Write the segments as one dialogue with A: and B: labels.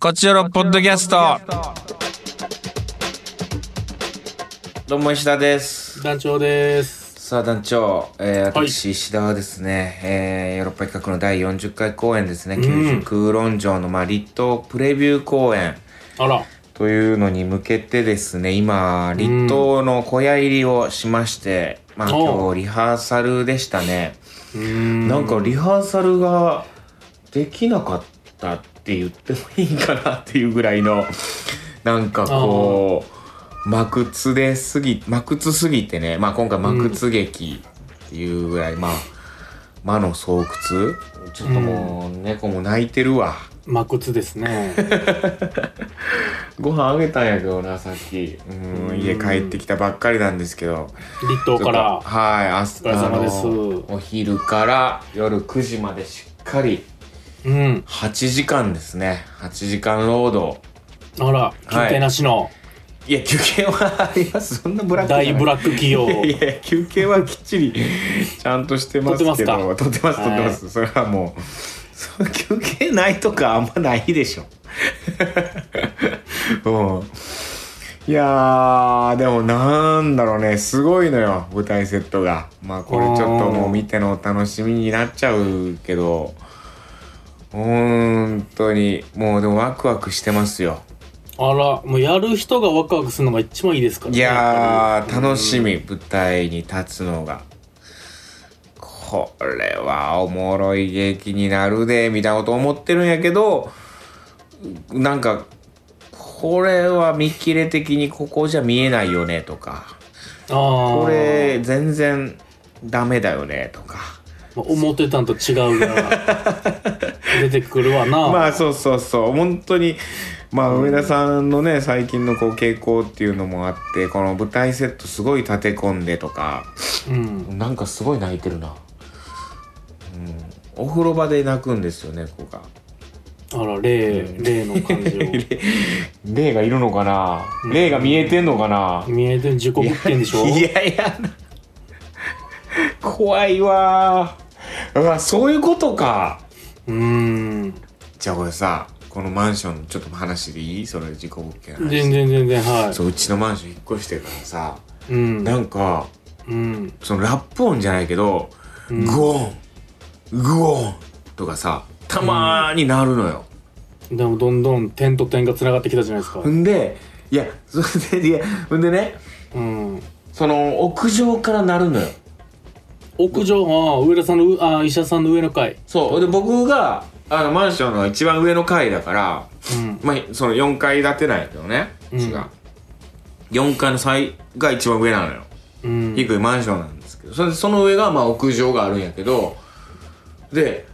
A: こちらのポッドキャスト。
B: どうも石田です。
C: 団長です。
B: さあ団長、えー、
C: はい
B: 私、石田はですね、えー、ヨーロッパ企画の第40回公演ですね、
C: ん
B: 九州空論城の、まあ、立東プレビュー公演
C: あら、
B: というのに向けてですね、今、立東の小屋入りをしまして、まあ
C: お
B: 今
C: う
B: 日リハーサルでしたね。
C: うーん
B: なんかリハーサルができなかったって言ってもいいかなっていうぐらい のなんかこう幕つですぎ幕つすぎてねまあ今回幕つ劇っていうぐらい、まあ魔の巣窟ちょっともう猫も泣いてるわ
C: マクツですね。
B: ご飯あげたんやけどなさっきうん家帰ってきたばっかりなんですけど
C: 立東か
B: ちょっと
C: ら。
B: はい明日
C: お疲れ様です
B: あのお昼から夜9時までしっかり
C: うん。
B: 8時間ですね8時間労働
C: あら、休憩なしの
B: いや休憩はありますそんなブラックじゃない
C: 大ブラック企業。
B: いやいや休憩はきっちりちゃんとしてますけど
C: 取ってますか
B: 取ってます取ってますそれはもうそう休憩ないとかあんまないでしょ うんいやーでもなんだろうねすごいのよ舞台セットがまあこれちょっともう見てのお楽しみになっちゃうけど本当にもうでもワクワクしてますよ
C: あら、もうやる人がワクワクするのが一番いいですからね。
B: いや
C: っぱ
B: ー
C: り
B: 楽しみ舞台に立つのがこれはおもろい劇になるでみたいなこと思ってるんやけどなんかこれは見切れ的にここじゃ見えないよねとか
C: うんああ。
B: これ全然ダメだよねとか
C: まあ思ってたんと違 うが出てくるわな。
B: まあそうそうそう本当にまあ上田さんのね最近のこう傾向っていうのもあってこの舞台セットすごい立て込んでとか。
C: うん。
B: なんかすごい泣いてるな、うん、お風呂場で泣くんですよねここが
C: あら、例、例の 感じ
B: 霊がいるのかな霊が見えてんのかな
C: を。見えてる自己物件でしょ
B: いやいや怖いわーうわそういうことか
C: うーん。
B: じゃあこれさこのマンションのちょっと話でいいそれ事故物件の話
C: 全然全然、は
B: そううちのマンション引っ越してからさ
C: い。うん。
B: なんか
C: うん。
B: そのラップ音じゃないけど、
C: ん
B: グオングオンとかさたまーになるのよ、
C: でも、どんどん点と点が繋がってきたじゃないですか
B: ほ。んで、いや、それで、いや、ほんでね、
C: うん。
B: その、屋上から鳴るのよ。
C: 屋上ああ上田さんのうああ医者さんの上の階
B: そう。で、僕が、あの、マンションの一番上の階だから、
C: うん
B: まあ、その4階建てないけどね、うちが。4階の最が一番上なのよ。
C: うん
B: 低いマンションなんですけど、それでその上が、まあ、屋上があるんやけど、で、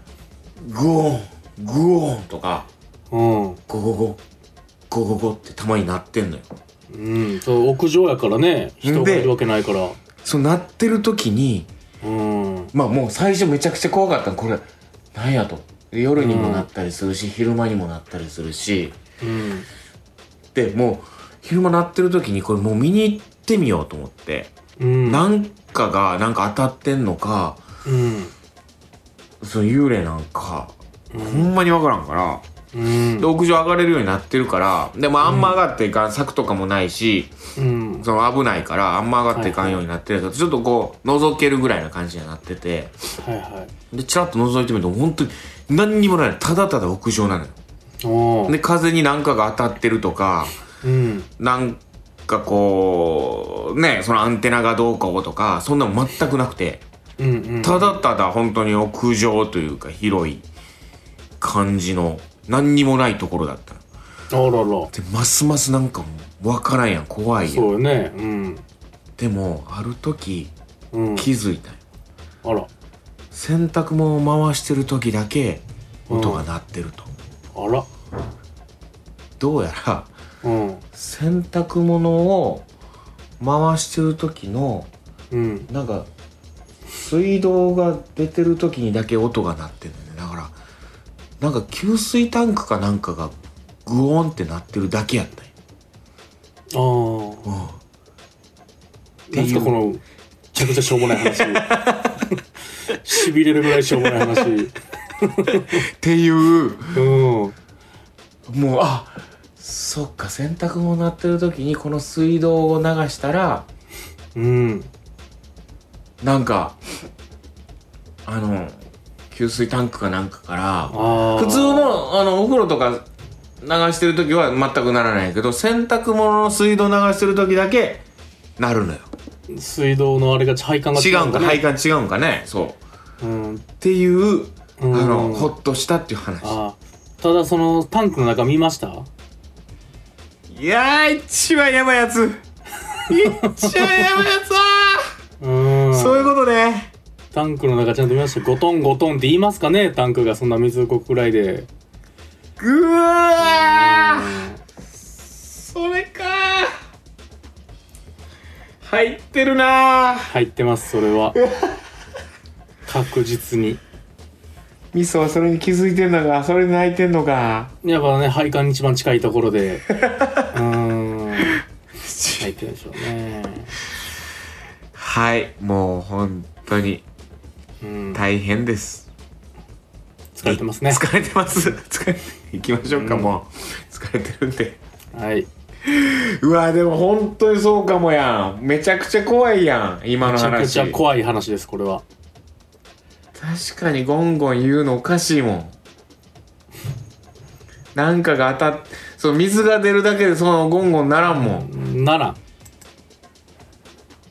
B: グオン、グオンとか、
C: うん、
B: ゴゴゴ、ゴゴゴってたまに鳴ってんのよ。
C: うん、そう屋上やからね人がいるわけないから
B: その鳴ってる時に、
C: うん
B: まあもう最初めちゃくちゃ怖かったのこれなんやとで夜にもなったりするし、昼間にもなったりするし
C: うん
B: でもう昼間鳴ってる時にこれもう見に行ってみようと思って、
C: うん
B: なんかがなんか当たってんのか
C: うん
B: その幽霊なんか、ほんまにわからんから
C: うん
B: で屋上上がれるようになってるからでもあんま上がっていかん、柵とかもないし
C: うん
B: その危ないからあんま上がっていかんようになってるけど、ちょっとこう覗けるぐらいな感じになってて
C: はいは
B: でチラッと覗いてみると本当に何にもないただただ屋上なのよ。
C: いおー
B: で風に何かが当たってるとか
C: うん
B: なんかこうねそのアンテナがどうこうとかそんなの全くなくて
C: うんうん
B: ただただ本当に屋上というか広い感じの何にもないところだったの
C: あらら
B: でますますなんかもう分からんやん怖いやん
C: そうよねうん
B: でもある時
C: うん
B: 気づいたんよ
C: あら
B: 洗濯物を回してる時だけ音が鳴ってると、
C: あら
B: どうやら
C: うん
B: 洗濯物を回してる時の
C: うん
B: なんか水道が出てる時にだけ音が鳴ってるんだよねだからなんか給水タンクかなんかがグオンって鳴ってるだけやったんよ
C: ああ何すかこのめちゃくちゃしょうもない 話しびれるぐらいしょうもない話
B: っていう
C: うん
B: もうあそっか洗濯物なってる時にこの水道を流したら
C: うん
B: なんかあの給水タンクかなんかから
C: あー
B: 普通のあのお風呂とか流してる時は全くならないけど洗濯物の水道流してる時だけなるのよ
C: 水道のあれが配管が
B: 違うんか
C: ね
B: 配管違うんかねそう
C: うん
B: っていうあ
C: うん
B: のほっとしたっていう話
C: あーただそのタンクの中見ました
B: いやー一番やばいやつ一番やばいやつは
C: うん
B: そういうことね
C: タンクの中ちゃんと見ましたゴトンゴトンって言いますかねタンクがそんな水こくらいで
B: うわーそれか入ってるなー
C: 入ってますそ れは確実に
B: ミソはそれに気づいてんのかそれに泣いてんのか
C: やっぱね配管に一番近いところでう ーん入ってるでしょうね
B: はいもう本当に
C: うん
B: 大変です
C: 疲れてますね
B: 疲れてます疲れて行きましょうか、もう疲れてるんで
C: はいう
B: わでも本当にそうかもやんめちゃくちゃ怖いやん今の
C: めちゃく
B: 話
C: ちゃ怖い話ですこれは
B: 確かにゴンゴン言うのおかしいもんなんかが当たっそう水が出るだけでそのゴンゴンならんもん
C: なら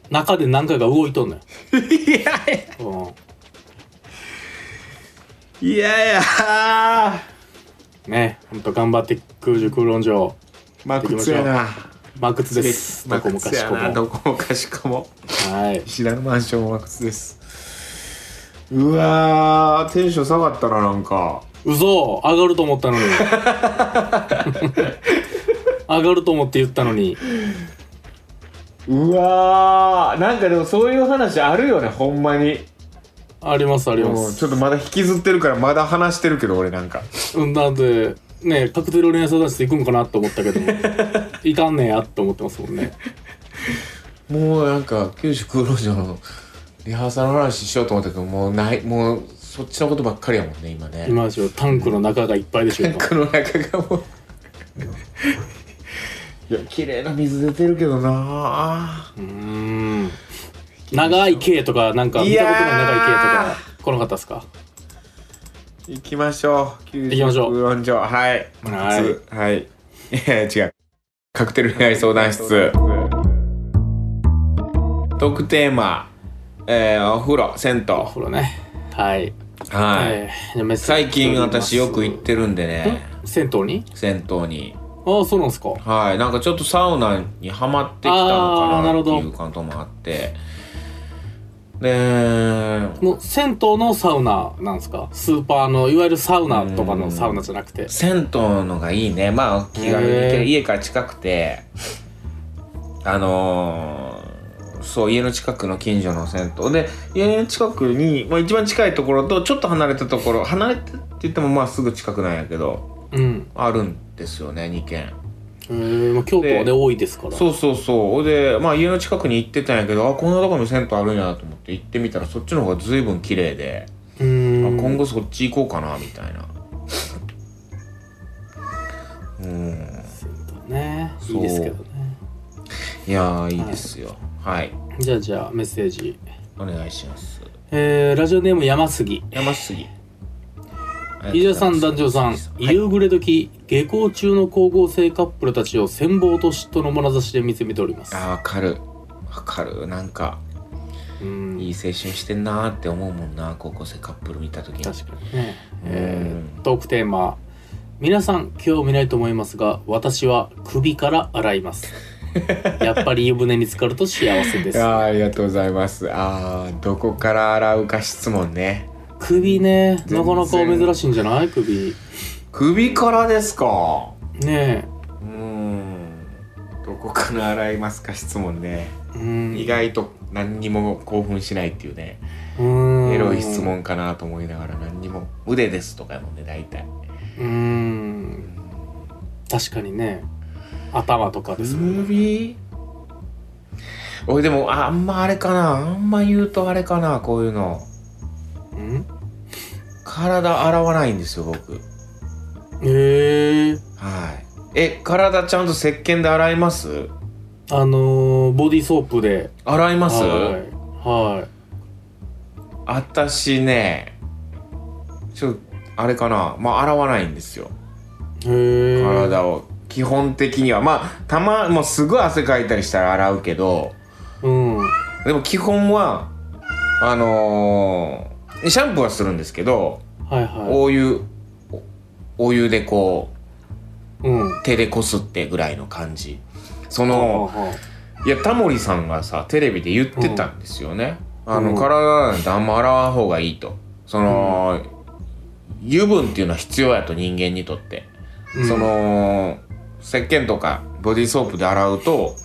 C: 中で何かが動いとんのよ
B: いやい
C: うん
B: やいやいや
C: ねほんと頑張って空樹空論上
B: まくつやな
C: マクツですど
B: ま
C: こ
B: く
C: もか
B: つ
C: し
B: や
C: こも
B: などこもかしこも
C: はい
B: 石田のマンションもまくつですうわーテンション下がったななんか
C: うそ上がると思ったのに 上がると思って言ったのに
B: うわーなんかでもそういう話あるよねほんまに
C: ありますありま
B: もう
C: す
B: ちょっとまだ引きずってるからまだ話してるけど俺なんか
C: うんなんでねカクテル恋愛相談室行くんかなと思った けども行かんねやと思ってますもんね
B: もうなんか九州空路上のリハーサルの話しようと思ったけどもうないもうそっちのことばっかりやもんね今ね
C: 今でしょタンクの中がいっぱいでしょ今
B: この中がもういや綺麗な水出てるけどな
C: うーん長い系とかなんか見たことない長い系と
B: いや
C: か来なかったですか
B: 行きましょう九州
C: 行きましょう
B: 空路上はいいはい いや違うカクテル恋愛相談室トークテーマ、えー、お風呂銭湯
C: ほらねはい、
B: はい、
C: えーじゃあメッセージ
B: 最近私よく行ってるんでね
C: 銭湯に
B: 銭湯に
C: ああそうなんですか
B: はいなんかちょっとサウナにはまってきたの
C: あーな
B: かな
C: る
B: っ
C: ほ
B: て
C: ど
B: いうこともあってで
C: の銭湯のサウナなんですかスーパーのいわゆるサウナとかのサウナじゃなくて
B: 銭湯のがいいねまあ気軽に行け
C: へー
B: る家から近くてあのーそう家の近くの近所の銭湯で家の近くに、まあ、一番近いところとちょっと離れたところ離れてって言ってもまあすぐ近くなんやけど
C: うん
B: あるんですよね2軒。
C: えーまあ、京都はね
B: で
C: 多いですから
B: そうそうそうほいでまあ家の近くに行ってたんやけどあこんなとこに銭湯あるんやと思って行ってみたらそっちの方が随分綺麗で、
C: うー
B: あ
C: ん
B: 今後そっち行こうかなみたいなうん
C: 銭湯ね
B: そう
C: いいですけどね
B: いやーいいですよはい、
C: じゃあじゃあメッセージ
B: お願いします
C: えー、ラジオネーム山杉
B: 山杉
C: 伊沢さん団長さん、夕暮れ時下校中の高校生カップルたちを羨望と嫉妬の眼差しで見つめております
B: あーわかるわかるなんか
C: うん
B: いい青春してんなーって思うもんな高校生カップル見た時に
C: 確かにね、
B: うん
C: えートークテーマ皆さん興味ないと思いますが私は首から洗います やっぱり湯船に浸かると幸せです
B: あーありがとうございますあーどこから洗うか質問ね
C: 首ね
B: 全
C: なかなか
B: 然
C: 珍しいんじゃない首
B: 首からですか
C: ね
B: うーんどこから洗いますか質問ね、
C: えうん
B: 意外と何にも興奮しないっていうね、
C: うん
B: エロい質問かなと思いながら何にも腕ですとかやもんね大体
C: うん確かにね頭とかですもんね
B: 首おいでもああんまあれかなあんま言うとあれかなこういうの
C: うん
B: 体洗わないんですよ僕
C: へえ
B: はいえ体ちゃんと石鹸で洗います
C: あのーボディーソープで
B: 洗います
C: はいはい
B: 私ねちょっとあれかなまあ洗わないんですよ
C: へえ
B: 体を基本的にはまあたまもうすごい汗かいたりしたら洗うけど
C: うんは
B: でも基本はあのーシャンプーはするんですけど、
C: いは
B: お湯おお湯でこ
C: いうん
B: う手でこすってぐらいの感じそ
C: は
B: の、
C: あはい
B: やタモリさんがさテレビで言ってたんですよね、
C: うん
B: あの
C: うん
B: 体なんてあんま洗わん方がいいとその、油分っていうのは必要やと人間にとって、
C: うん
B: その石鹸とかボディーソープで洗うと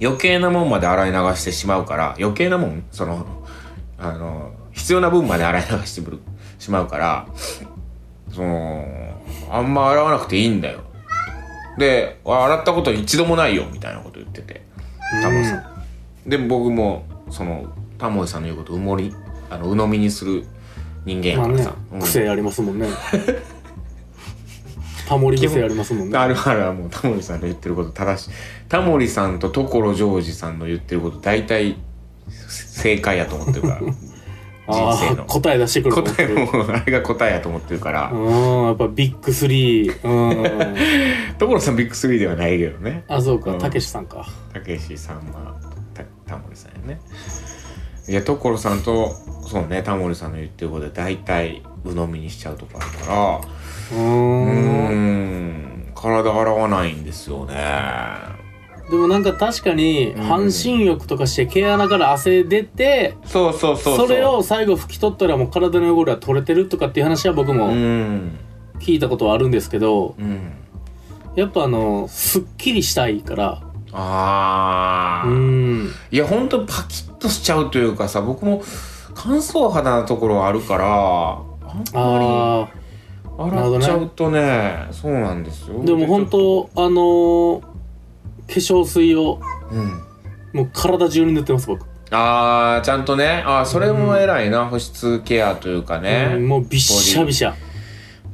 B: 余計なもんまで洗い流してしまうから余計なもんそのあの必要な分まで洗い流してくるしまうからそのあんま洗わなくていいんだよで洗ったこと一度もないよみたいなこと言っててタモリさん、で僕もそのタモリさんの言うことをうもりあの鵜呑みにする人間や
C: まあ
B: から
C: ね
B: さ、うん
C: 癖ありますもんねタモリ癖ありますもんね
B: あるあるはもうタモリさんの言ってること正しいタモリさんと所ジョージさんの言ってること大体正解やと思ってるか ら
C: あ
B: 人生
C: あ
B: の
C: 答え出してくると思っ
B: 答
C: て
B: え
C: る
B: もあれが答えやと思ってるから、
C: うんやっぱビッグスリー うん
B: 所さんビッグスリーではないけどね
C: あそう
B: う
C: か
B: ん
C: たけしさんか
B: たけしさんはたタモリさんやねいや所さんとそうねタモリさんの言ってることで大体鵜呑みにしちゃうとこあるから
C: う
B: う
C: ーん
B: ん体洗わないんですよね
C: でもなんか確かに
B: うん
C: 半身浴とかして毛穴から汗出て
B: そうそうそうう
C: それを最後拭き取ったらもう体の汚れは取れてるとかっていう話は僕
B: う
C: も
B: ん
C: 聞いたことはあるんですけど
B: うん
C: やっぱあのすっきりしたいから
B: あ
C: う
B: あ、
C: ん
B: いやほんとパキッとしちゃうというかさ僕も乾燥肌なところはあるからあんま
C: あ
B: り
C: あ
B: 洗っちゃうとねそうなんですよ
C: でも本当あのー化粧水を
B: うん
C: もう体中に塗ってます僕、
B: あーちゃんとねあーそれも偉いな、保湿ケアというか
C: う
B: ね
C: んもうびっしゃびしゃ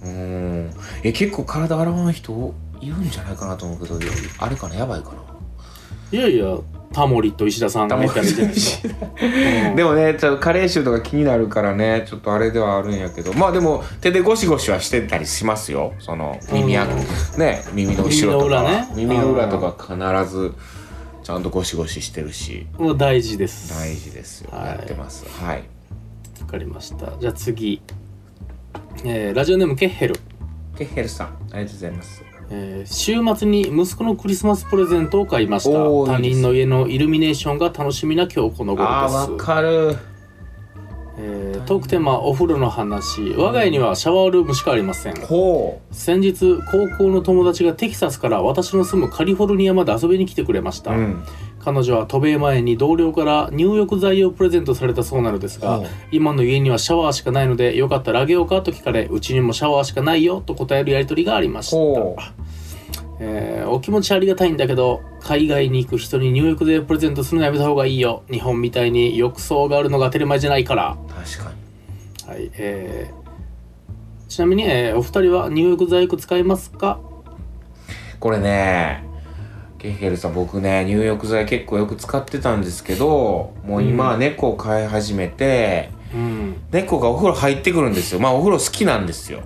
B: うんえ結構体洗わない人いるんじゃないかなと思うけどあれかなやばいかない
C: やいやタモリと石田さんみたいなじゃない ですか、うん
B: でもねちょっと加齢臭とか気になるからねちょっとあれではあるんやけどまあでも手でゴシゴシはしてたりしますよその耳あ、ね耳の後ろとかは
C: 耳
B: 耳
C: の
B: の
C: 裏ね
B: 裏とか必ずちゃんとゴシゴシしてるし
C: もう大事です
B: 大事ですよ、
C: はい
B: やってますはい
C: わかりましたじゃあ次、えーラジオネームケッヘル、
B: ケッヘルさんありがとうございます
C: えー週末に息子のクリスマスプレゼントを買いました
B: おー
C: 他
B: いいです
C: 人の家のイルミネーションが楽しみな今日この頃
B: あ
C: です
B: ーわかる
C: えートークテーマお風呂の話我が家にはシャワールームしかありません
B: ほ
C: 先日高校の友達がテキサスから私の住むカリフォルニアまで遊びに来てくれました、
B: ううん
C: 彼女は渡米前に同僚から入浴剤をプレゼントされたそうなのですが、
B: ほう
C: 今の家にはシャワーしかないのでよかったらあげようかと聞かれうちにもシャワーしかないよと答えるやり取りがありまし
B: ほ
C: た、えーお気持ちありがたいんだけど海外に行く人に入浴剤をプレゼントするのやめた方がいいよ日本みたいに浴槽があるのが当たり前じゃないから
B: 確かに
C: はい、えーちなみに、えーお二人は入浴剤よく使いますか
B: これねケッヘルさん僕ね入浴剤結構よく使ってたんですけどもう今は猫を飼い始めて、
C: うん
B: 猫がお風呂入ってくるんですよまあお風呂好きなんですよ、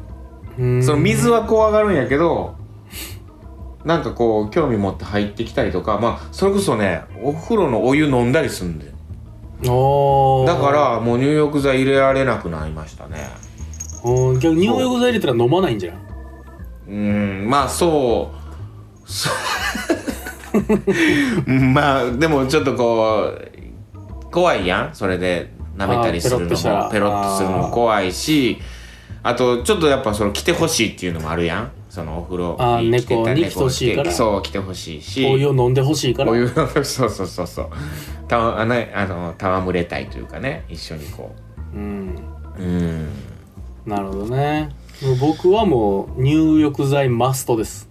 C: うん
B: その水は怖がるんやけどなんかこう興味持って入ってきたりとかまあそれこそねお風呂のお湯飲んだりするんで
C: おー
B: だからもう入浴剤入れられなくなりましたね
C: おー逆に入浴剤入れたら飲まないんじゃん
B: うーんまあそうそう うんまあでもちょっとこう怖いやんそれで舐めたりするの
C: あーペロッと
B: も
C: したら
B: ペロッとするのも怖いしあとちょっとやっぱその来てほしいっていうのもあるやんそのお風呂
C: あー
B: に来て
C: 猫に来てほしいから
B: そう来てほしいし
C: お湯を飲んでほしいから
B: お湯そうそうそうそうたわあのあの戯れたいというかね一緒にこ
C: うん
B: ううん
C: なるほどねもう僕はもう入浴剤マストです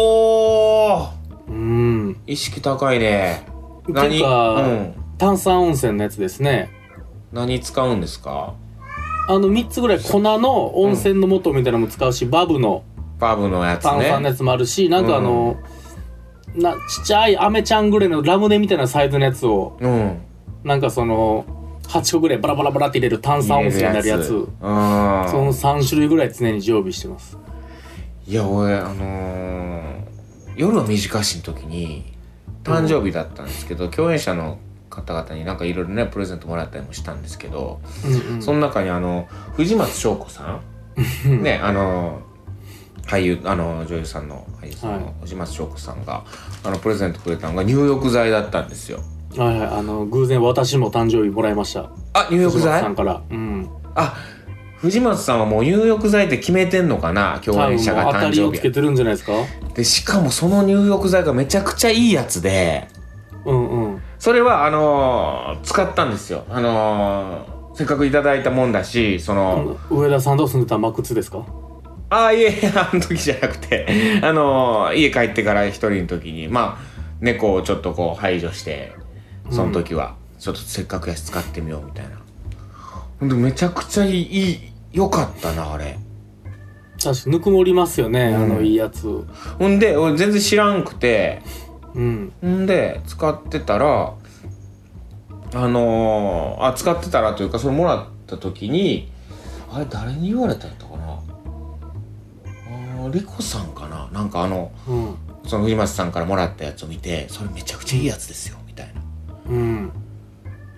B: おー
C: うん
B: 意識高いね
C: ていうか、炭酸温泉のやつですね
B: 何使うんですか
C: あの3つぐらい粉の温泉の素みたいなのも使うし、バブの
B: パブのやつ
C: 炭酸の
B: ね
C: やつもあるしなんかあの、なちっちゃいアメちゃんぐらいのラムネみたいなサイズのやつを
B: うん
C: なんかその8個ぐらいバラバラバラって入れる炭酸温泉になるやつ
B: うん
C: その3種類ぐらい常に常備してます
B: いや俺あのー夜は短しの時に誕生日だったんですけど、共演者の方々になんかいろいろねプレゼントもらったりもしたんですけど、
C: うんうん
B: その中にあの藤松翔子さんねあの俳優あの女優さんの俳優さん
C: は
B: の藤松翔子さんが、あのプレゼントくれたのが入浴剤だったんですよ
C: はいはいあの偶然私も誕生日もらいました
B: あ入浴
C: 藤本
B: 剤
C: さんからうん
B: あ藤松さんはもう入浴剤って決めてんのかな共
C: 多
B: 演
C: 分
B: 者
C: もう
B: が
C: 当た
B: 誕
C: りを
B: 生
C: つ
B: 日
C: けてるんじゃないですか
B: でしかもその入浴剤がめちゃくちゃいいやつで
C: うんうん
B: それはあのー使ったんですよあのーせっかくいただいたもんだしその、
C: 上田さんと住んでたマクツですか
B: ああいえ あの時じゃなくてあのー家帰ってから一人の時にまあ猫をちょっとこう排除してその時は、ちょっとせっかくやし使ってみようみたいなほんでめちゃくちゃいいいい良かったなあれ
C: 確かぬくもりますよね、あのいいやつ
B: ほんで俺全然知らんくて
C: うん
B: んで使ってたらあのー、あ使ってたらというかそれもらった時にあれ誰に言われたんやったかなあーリコさんかななんかあの
C: うん
B: その藤松さんからもらったやつを見てそれめちゃくちゃいいやつですよみたいな
C: うん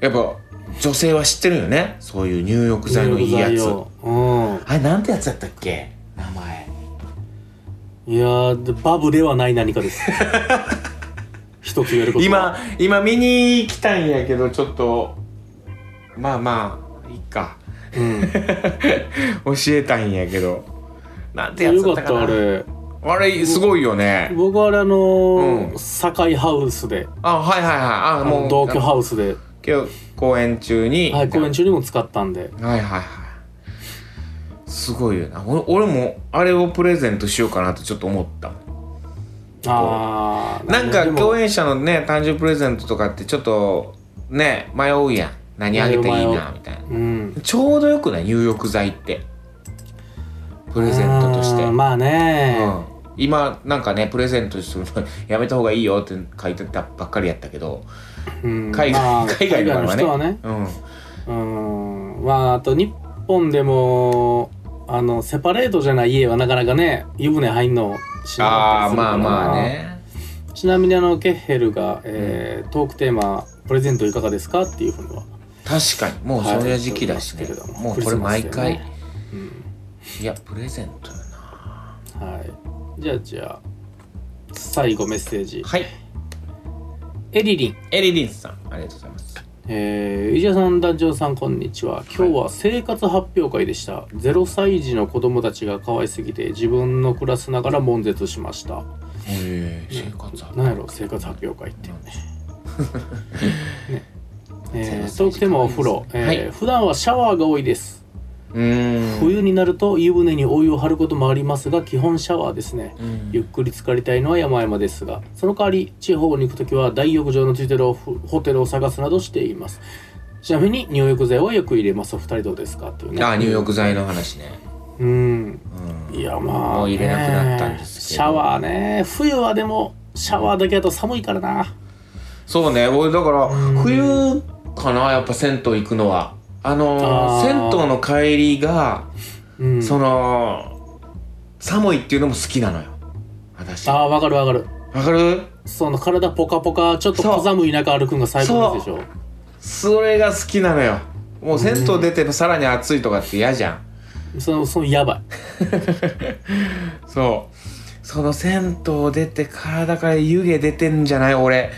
B: やっぱ女性は知ってるよねそういう入浴剤のいいや
C: 入
B: つ
C: 浴剤をうん
B: あれなんてやつやったっけ名前
C: いやーでバブではない何 かです一つ言えることは
B: 今今見に来たんやけどちょっとまあまあいいか
C: うん
B: 教えたいんやけどなんてやつだ
C: よ
B: った
C: かっ
B: か
C: た
B: な
C: あ
B: あれ
C: れ
B: すごいよね
C: 僕はあれあのー
B: うん
C: 堺ハウスで
B: あはいはいはいあ
C: あ
B: も
C: の
B: う
C: 同居ハウスで、
B: 今日公演中に
C: はい、公演中にも使ったんで
B: はいはいはいすごいよなお俺もあれをプレゼントしようかなとちょっと思った
C: ああ
B: なんか共
C: 演
B: 演者のね誕生日プレゼントとかってちょっとね迷うやん何あげていいなみたいな
C: うん
B: ちょうどよくない入浴剤ってプレゼントとして
C: あーまあね、
B: うん、今なんかねプレゼントするの やめた方がいいよって書いてたばっかりやったけど、
C: うん
B: 海外
C: まあ
B: 海外の場合はね
C: 海外の人はね
B: うん、
C: うんまああと日本でもあのセパレートじゃない家はなかなかね湯船入んのしなか
B: あ
C: っ
B: あ
C: たりする
B: ま
C: から
B: あまあね
C: ちなみにあのケッヘルが、えートークテーマ「プレゼントいかがですか?」っていうふうには
B: 確かにもうそりゃ時期だしね、
C: はいそうですけれども
B: もうこれ毎
C: クリスマスだ
B: 回、
C: よね
B: いやプレゼントやな
C: はいじゃあじゃあ最後メッセージ
B: はい
C: エリリン
B: エリリンさんありがとうございます
C: えー、飯田さん団長さんこんにちは今日は生活発表会でした、0歳児の子供たちが可愛すぎて自分のクラスながら悶絶しました
B: へえ生活は
C: なんやろ生活発表会って、ね え
B: 0歳児
C: ー、トークテーマはお風呂、えー
B: はい
C: 普段はシャワーが多いです
B: うーん
C: 冬になると湯船にお湯を張ることもありますが基本シャワーですね、
B: うん
C: ゆっくり浸かりたいのは山々ですがその代わり地方に行くときは大浴場のついてるおふホテルを探すなどしていますちなみに入浴剤はよく入れますお二人どうですかというね
B: あ入浴剤の話ね、
C: うん
B: うん、
C: いやまあ、
B: もう入れなくなったんですけど
C: ねシャワーね冬はでもシャワーだけだと寒いからな
B: そうね俺だから冬かなやっぱ銭湯行くのはあの
C: あー
B: ー銭湯の帰りが
C: うん
B: その寒いっていうのも好きなのよ私わ
C: あーわかるわかる
B: かる
C: その体ポカポカちょっと
B: そう
C: 小寒い中歩くんが最高ですでしょ
B: それが好きなのよもう銭湯出てさらに暑いとかって嫌じゃん
C: そのそのやばい
B: そうその銭湯出て体から湯気出てんじゃない俺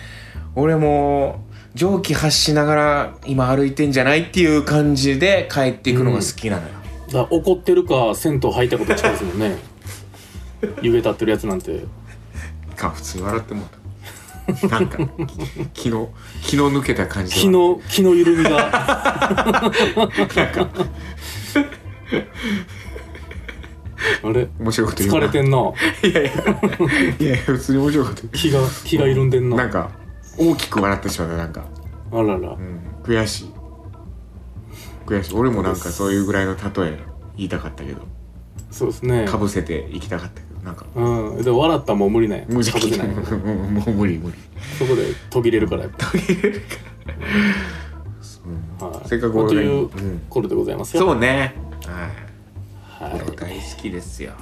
B: 俺もう蒸気発しながら今歩いてんじゃないっていう感じで帰っていくのが好きなのよ、
C: だから怒ってるか銭湯入ったこと近いですもんね湯気立ってるやつなんて
B: か普通に笑ってもうたなんか気の気の抜けた感じ
C: 気の気の緩みがあれ
B: 面白いこと言う
C: 疲れてんな
B: ないやいや普通に面白いこと言
C: 気が気が緩んでん
B: うな
C: なん
B: か大きく笑ってしまったなんか、
C: あらら
B: うん、悔しい悔しい俺もなんかそういうぐらいの例え言いたかったけど
C: そうですね
B: かぶせていきたかったけどなんか
C: うんでも笑ったらもう無理なんや
B: 無
C: かぶせな い
B: もう無理無理
C: そこで途切れるからやっぱはい
B: せっかく俺
C: と
B: が
C: いう
B: うん
C: ことでございますよ
B: そうねはい
C: は
B: 僕
C: い
B: 大好きですよ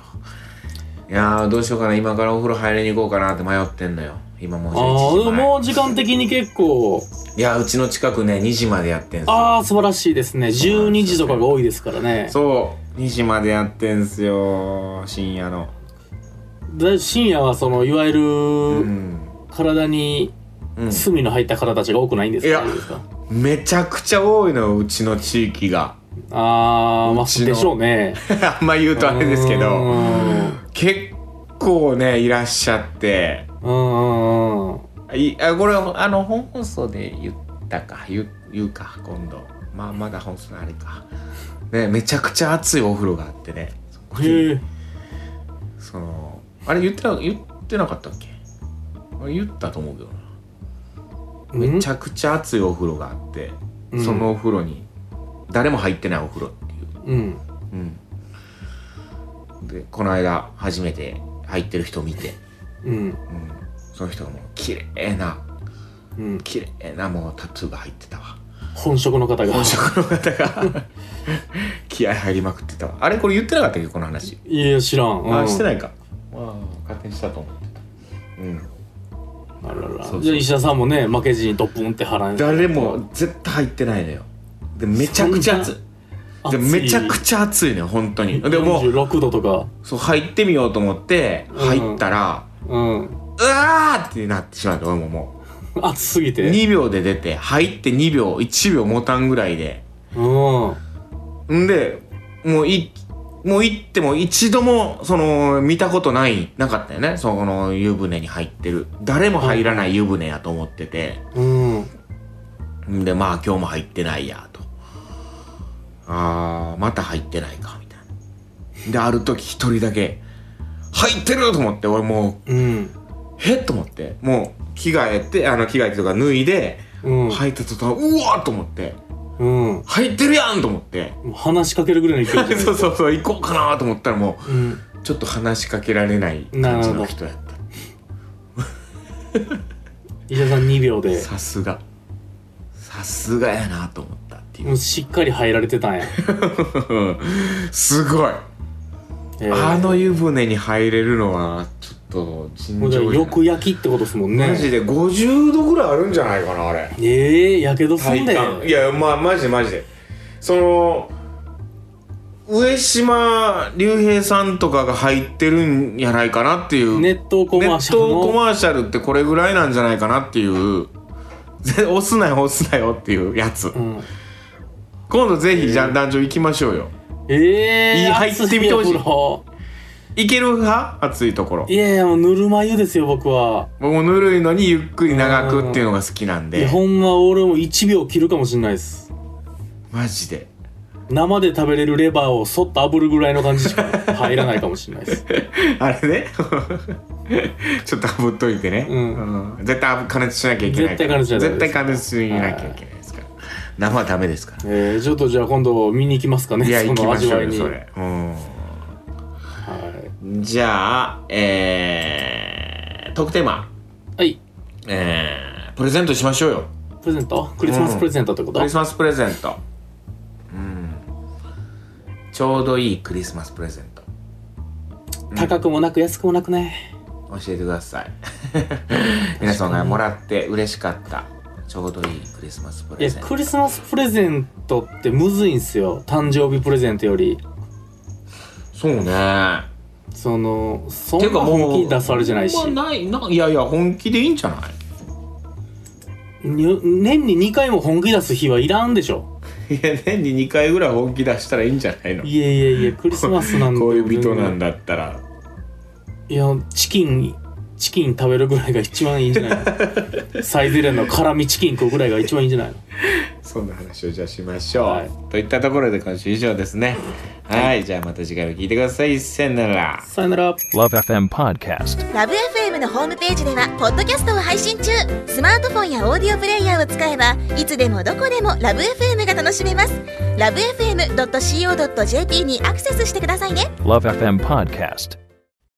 B: いやーどうしようかな今からお風呂入りに行こうかなって迷ってんのよ今もう
C: ああ
B: 11時
C: ー
B: 前
C: もう時間的に結構
B: いやうちの近くね2時までやってんすよ
C: ああ素晴らしいですね12時とかが多いですからね
B: そう2時までやってんすよ深夜の
C: だ深夜はそのいわゆる、
B: うん、
C: 体に
B: うん、
C: 隅の入った方たちが多くないんですか,、
B: いや
C: いいですか
B: めちゃくちゃ多いのようちの地域が
C: あー、まあ、
B: うちの
C: でしょうね。
B: あんま言うとあれですけ
C: う
B: ど
C: ん
B: 結構ねいらっしゃって
C: うんうんうん。
B: いあこれあの本放送で言ったか言う言うか今度まあまだ本放送のあれかねめちゃくちゃ熱いお風呂があってねそこに
C: へえ。
B: そのあれ言ってな言ってなかったっけあれ言ったと思うけどなめち
C: ゃ。
B: ゃくちゃ熱いお風呂があって、
C: うん
B: そのお風呂に誰も入ってないお風呂っていう
C: うん。
B: うん、でこの間初めて入ってる人見て、
C: うん。
B: うん、その人がもう綺麗な
C: うん。
B: 綺麗なもうタトゥーが入ってたわ
C: 本職の方が。
B: 本職の方が 気合入りまくってたわあれこれ言ってなかったっけこの話、
C: いや、知らん。うん、
B: あして
C: ない。
B: ないかまあ勝手にしたと思ってたうん
C: あらら
B: そうそう
C: じゃあ、石田さんもね、負けじにドップンって払う。
B: 誰も絶対入ってないのよでめちゃくちゃ熱い
C: 熱
B: で
C: い。
B: めちゃくちゃ熱いのよ本当にでもう
C: 46度とか。
B: そう入ってみようと思って入ったら、
C: うん。
B: うわーってなってしまって俺もも
C: 暑すぎ
B: う
C: て。
B: 2秒で出て入って2秒1秒持たんぐらいで
C: うん。
B: んでもういもう行っても一度もその見たことないなかったよねその湯船に入ってる誰も入らない湯船やと思ってて
C: うん。
B: んでまあ今日も入ってないやとあーまた入ってないかみたいなである時一人だけ入ってると思って俺も
C: うん。
B: うへっと思ってもう着替えてあの着替えてとか脱いで
C: うん。
B: 入った途端うわーっと思って
C: うん。
B: 入ってるやんと思って
C: もう話しかけるぐらいの勢いじゃない
B: そうそうそう行こうかなと思ったらも
C: うん。
B: うちょっと話しかけられない感じの人やっ
C: 石田さん2秒
B: た
C: で。
B: さすがさすがやなと思ったってい
C: も
B: う
C: うしっかり入られてたんや。
B: すごい、
C: えー
B: あの湯船に入れるのはちょっと尋
C: もう
B: 常じ
C: じゃ
B: ゃ
C: あ
B: ない
C: よく焼きってことですもんね
B: マジで50度ぐらいあるんじゃないかなあれ
C: ええやけどす
B: 体
C: んで
B: 感いやまあマジでマジでその上島竜兵さんとかが入ってるんやないかなっていう
C: 熱湯コマーシャル
B: ネットコ
C: の
B: マーシャルってこれぐらいなんじゃないかなっていう ぜ押すなよ押すなよっていうやつ
C: うん、
B: 今度ぜひじゃあ男女行きましょうよ
C: ええ
B: いい入ってみてほしい
C: 熱いお風呂
B: 行ける派暑いところ
C: いやいやもうぬるま湯ですよ僕は
B: 僕もうぬるいのにゆっくり長くっていうのが好きなん
C: いや
B: で
C: ほんま俺も1秒切るかもしんないです
B: マジで
C: 生で食べれるレバーをそっと炙るぐらいの 感じしか入らないかもしんないです
B: あれね ちょっと炙っといてね、
C: うん
B: うん絶対加熱しなきゃいけないから
C: 絶対加熱しなきゃ
B: 絶対加熱しなきゃいけないですから生はダメですから
C: えー、ちょっとじゃあ今度見に行きますかね
B: いや
C: そ
B: 行き
C: の
B: まし
C: 味
B: ょ
C: わ
B: う
C: い
B: よ
C: に
B: それうん
C: は
B: じゃあえー、特テーマ
C: い、はい、
B: えー、プレゼントしましょうよ
C: プレゼントクリスマスプレゼントってこ
B: ク
C: と、
B: リスマスプレゼントうんちょうどいいクリスマスプレゼント
C: 高くもなく安くもなくね
B: 教えてくだ さい皆さんがもらって嬉しかったちょうどいいクリスマスプ
C: い
B: レ
C: や
B: ゼント
C: クリスマスプレゼントってむずいんすよ誕生日プレゼントより
B: そうね
C: そのそん
B: て
C: な
B: いうかもう
C: 本気出すあれじゃないし
B: ほんまないないやいや本気でいいんじゃない
C: に年に2回も本気出す日はいらんでしょ
B: いや年に2回ぐらい本気出したらいいんじゃないの
C: いやいやいやクリスマ スなんで
B: 恋人なん
C: だ
B: だったら
C: いやチキンチキン食べるぐらいが一番いいんじゃないのサイゼリヤの辛味チキン食うぐらいが一番いいんじゃないの
B: そんな話をじゃあしましょう、
C: はい
B: といったところで今週以上ですねはい、じゃあまた次回も聞いてくださいさよなら
C: さよなら
A: Love FM Podcast.
D: ラブ f m のホームページではポッドキャストを配信中スマートフォンやオーディオプレイヤーを使えばいつでもどこでもラブ f m が楽しめますラブ FM.co.jp にアクセスしてくださいね
A: Love FM Podcast.